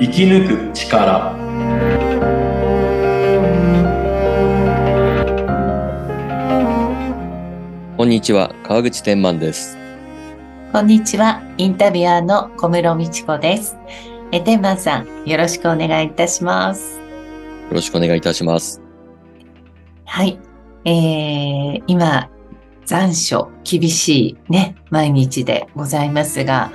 生き抜く力こんにちは、川口天満です。こんにちは。インタビュアーの小室美智子です。え、天満さん、よろしくお願いいたします。よろしくお願いいたします。はい。えー、今、残暑、厳しいね、毎日でございますが、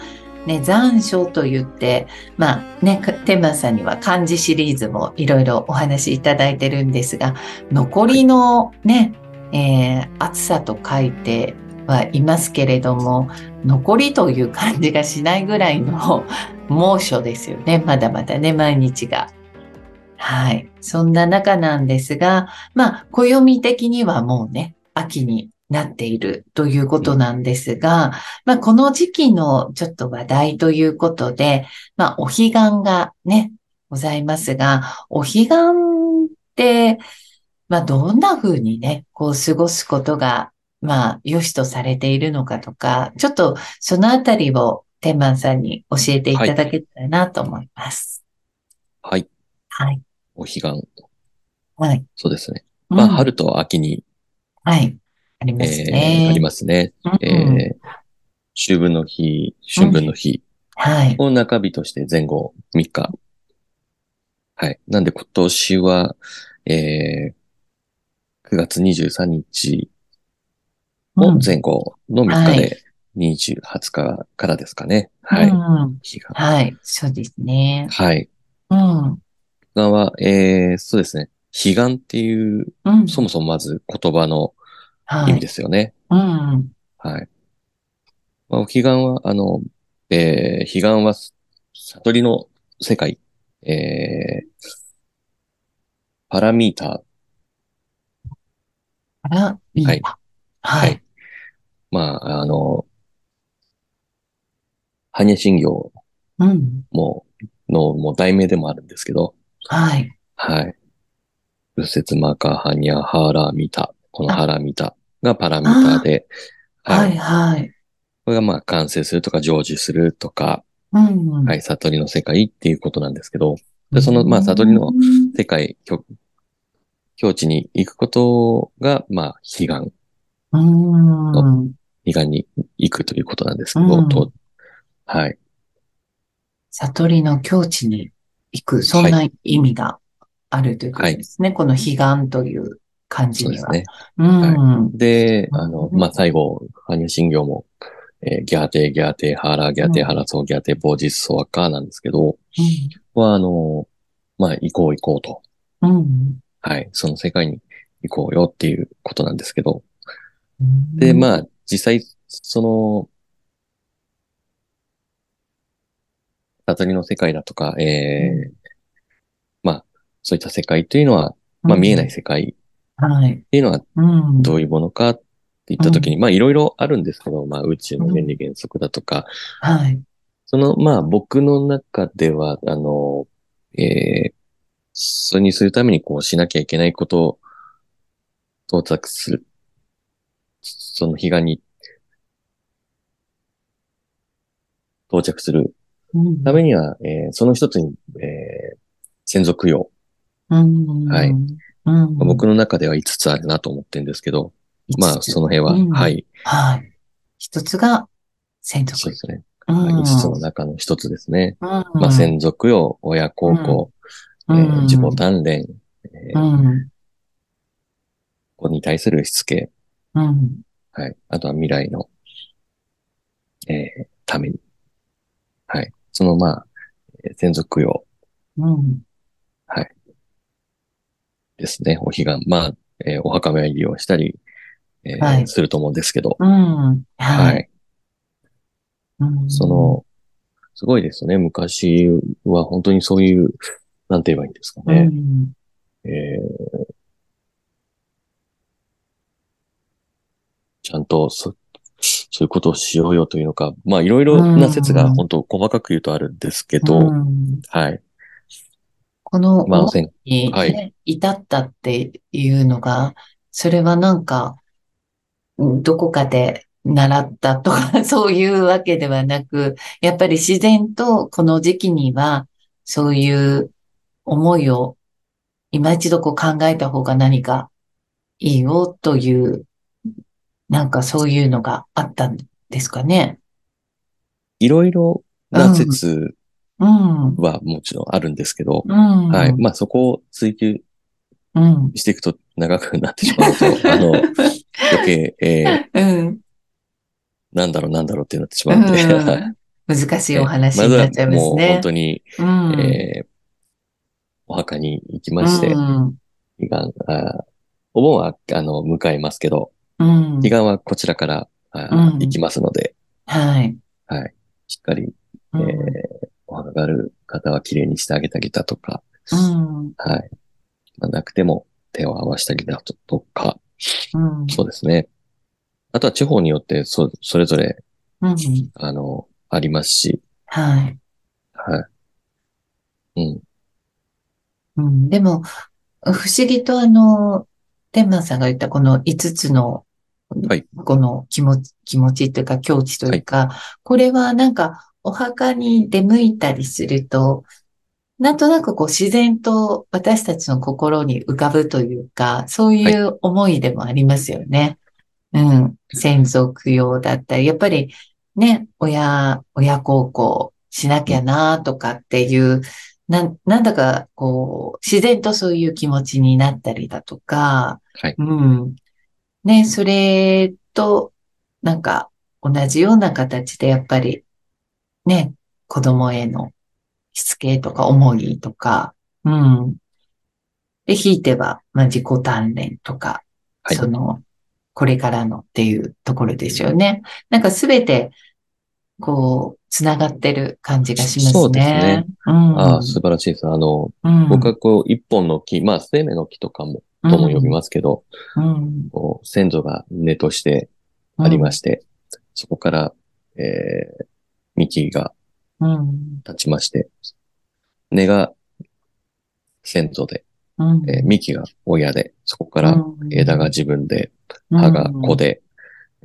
ね、残暑と言って、まあね、か天満さんには漢字シリーズもいろいろお話しいただいてるんですが、残りのね、えー暑さと書いてはいますけれども、残りという感じがしないぐらいの猛暑ですよね、まだまだね、毎日が。はい。そんな中なんですが、まあ、暦的にはもうね、秋になっているということなんですが、まあ、この時期のちょっと話題ということで、まあ、お彼岸がね、ございますが、お彼岸って、まあ、どんな風にね、こう過ごすことが、まあ、良しとされているのかとか、ちょっとそのあたりを天満さんに教えていただけたらなと思います。はい、はい。お彼岸。はい。そうですね。まあ、うん春と秋に、はい。ありえますーね。ありますね。うんえー秋分の日、春分の日はい。を中日として前後3日。はい。なんで今年は、えー、9月23日うをん前後の3日で、20、20日からですかね。はい。う彼ん岸はい。そうですね。はい。うん。彼岸は、えー、そうですね。彼岸っていううん。そもそもまず言葉のは意い味ですよね。うん。はい。まあ、お彼岸は、あの、えー、彼岸は悟りの世界、えー、パラミーター、あら、いいはいな。はい。まあ、あの、般若心経うん。も、の、もう題名でもあるんですけど、はい。はい。右折マーカーハニャハラミタ。このハラミタがパラミーターで、は。はいい。はい。これがまあ完成するとか成就するとか、うん。はい、悟りの世界っていうことなんですけど、でそのまあ悟りのうん世界、境境地に行くことが、まあ、悲願、うん。悲願に行くということなんですけど、うんとはい、悟りの境地に行く、そんな意味があるということですね。この彼岸という感じそうでにすは。ね。うん。で、うんあの、まあ、最後、般若心経も、えーギャーテー、ギャーテー、ハーラー、ギャーテー、うんハラソー、ギャーテー、ボージスソワカーなんですけど、は、あの、まあ、行こう行こうと、うん。うんはい、その世界に行こうよっていうことなんですけど、で、あ、まあ、実際、その、悟りの世界だとか、ええうまあ、そういった世界というのは、まあ、見えない世界うん。はい。っていうのはうん。どういうものかって言ったときに、まあ、いろいろあるんですけど、まあ、宇宙の原理原則だとか、はい。その、まあ、僕の中では、あの、ええそれにするために、こう、しなきゃいけないことを、到達する、その彼岸に、到着するうんためには、えーその一つに、えー先祖供養。うん。はいうん。僕の中では5つあるなと思ってるんですけど、まあ、その辺は、うんはい、はい。一つが先祖そう君で。すね。うん5つの中の一つですね。うんまあ、先祖供養、親孝行、うんえー自己鍛錬、えーうん。子に対するしつけ、うん。はい。あとは未来の、えーために。はい。その、まあ、えー先祖供養うん。ですね。お彼岸。まあ、えーお墓参りをしたり、えーはいすると思うんですけど。うん。はい。はい。うんそ、の、すごいですね。昔は本当にそういう、なんて言えばいいんですかうね。ん。えーちゃんと、そ、そういうことをしようよというのか、まあ、いろいろな説がうん本当細かく言うとあるんですけど、うんはい。このまあ、思せんいにねはい至ったっていうのが、それはなんか、うんどこかで習った とか、そういうわけではなく、やっぱり自然とこの時期には、そういう思いを今一度こう考えた方が何かいいよという、なんかそういうのがあったんですかね。いろいろな説うん。うん。はもちろんあるんですけど、はい。まあそこを追求うん。していくと長くなってしまう と、あの、余計、えー、うん。なんだろうなんだろうってなってしまううんで、はいん難しいお話まにずなはっちゃいまもすうね本。当に、うんえーお墓に行きまして、うん祈願あーお盆は、あの、迎えますけど、うん祈願はこちらから、あーうん行きますので、はい。しっかり、うえーんお墓がある方は綺麗にしてあげてあげたとか、うんはい。まあなくても手を合わせてあげたととか、うんそうですね。あとは地方によって、そ、それぞれ、うんあの、ありますし、はい。はい。うん。うんでも、不思議とあの、天満さんが言ったこの5つの、はいこの気持ち、気持ちというか境地というか、これはなんかお墓に出向いたりすると、なんとなくこう自然と私たちの心に浮かぶというか、そういう思いでもありますよね。うん。先祖供養だったり、やっぱりね、親、親孝行しなきゃなとかっていう、なん、なんだか、こう、自然とそういう気持ちになったりだとか、はいうん。ね、それと、なんか、同じような形で、やっぱり、ね、子供へのしつけとか思いとか、うん。で、ひいては、まあ、自己鍛錬とか、はいその、これからのっていうところですよね。なんかすべて、こう、つながってる感じがしますね。そうですね。うん。ああ、素晴らしいです。あの、うん、僕はこう、一本の木、まあ、生命の木とかも、うん、とも呼びますけど、うん、こう先祖が根としてありまして、そこから、えー、幹がうん、立ちまして、根が先祖で、うん。えー幹が親で、そこかから枝が自分で、葉が子、で、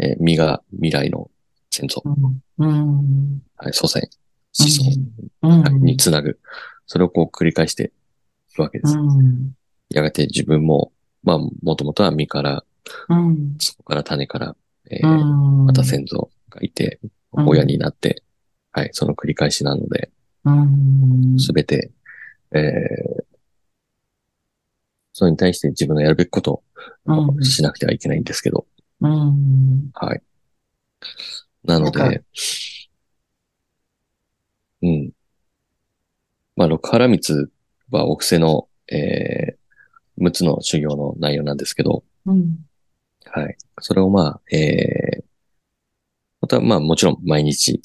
えー実が未来の先祖、うんうんはい祖先、子孫うんはいにつなぐ。それをこう繰り返していくわけでうす。んやがて自分も、まあ、もともとは実から、うんそこから種から、えーうんまた先祖がいて、うん親になって、はい、その繰り返しなので、うんすべて、えーそれに対して自分のやるべきことうんをしなくてはいけないんですけど、うんはい。なのなんで、うん。まあ、六原光はお布施の、えー、6つの修行の内容なんですけど、うんはい。それをまあ、えー、またまあもちろん毎日、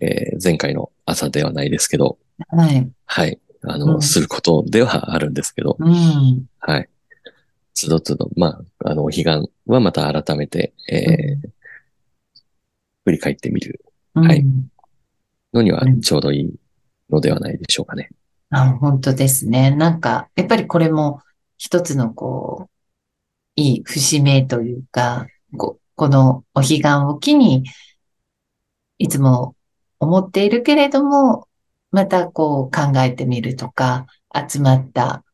えー、前回の朝ではないですけど、はい。はい。あうの、んすることではあるんですけど、うんはい。つどつど、まあ、あの、お彼岸はまた改めて、えー、振り返ってみるうんはいのにはうんちょうどいいのではないでしょうかね。あ、本当ですね。なんか、やっぱりこれも一つのこう、いい節目というか、こ、このお彼岸を機に、いつも思っているけれども、またこう考えてみるとか、集まった、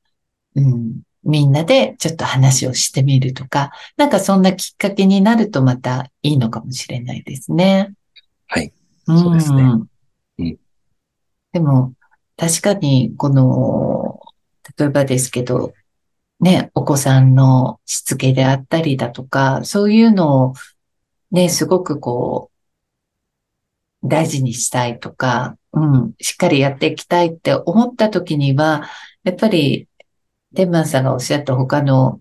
うん、みんなでちょっと話をしてみるとか、なんかそんなきっかけになるとまたいいのかもしれないですね。はい。そうですねんうんでも、確かに、この、例えばですけど、ね、お子さんのしつけであったりだとか、そういうのを、ね、すごくこう、大事にしたいとか、うん、しっかりやっていきたいって思った時には、やっぱり、天満さんがおっしゃった他の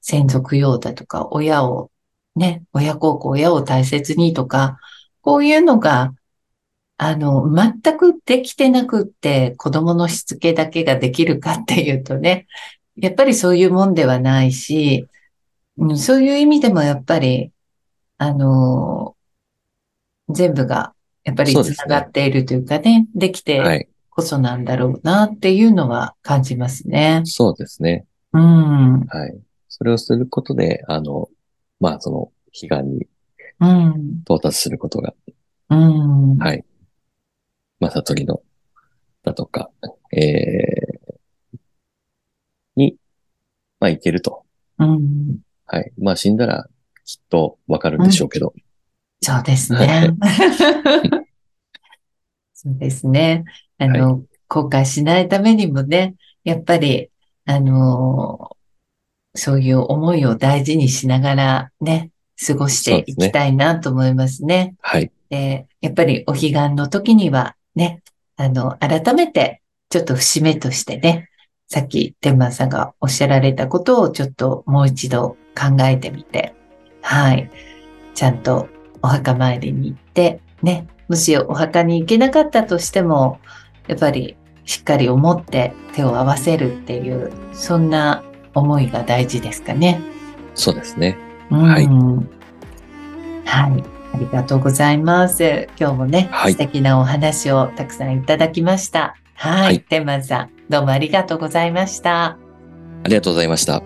先祖供養だとか、親を、ね、親孝行、親を大切にとか、こういうのが、あの、全くできてなくって、子供のしつけだけができるかっていうとね、やっぱりそういうもんではないし、うん、そういう意味でもやっぱり、あの、全部が、やっぱりそうですね繋がっているというかね、できはてい。こそなんだろうなっていうのは感じますね。そうですね。うん。はい。それをすることで、あの、まあ、その、悲願にうん。到達することが、うん。はいまあ、悟りのだとか、えーに、まあ、いけると。うん。はい。まあ、死んだら、きっとわかるんでしょうけど。そうですね。そうですね。あの、後悔しないためにもね、やっぱり、あのーそういう思いを大事にしながらね、過ごしていきたいなと思いますね。はい。で、やっぱりお彼岸の時にはね、あの、改めて、ちょっと節目としてね、さっき天満さんがおっしゃられたことをちょっともう一度考えてみて、はい。ちゃんとお墓参りに行って、ね、もしお墓に行けなかったとしても、やっぱりしっかり思って手を合わせるっていう、そんな思いが大事ですかね。そうですね。はい。はい。ありがとうございます。今日もね、はい素敵なお話をたくさんいただきました。はい。はい天満さん、どうもありがとうございました。ありがとうございました。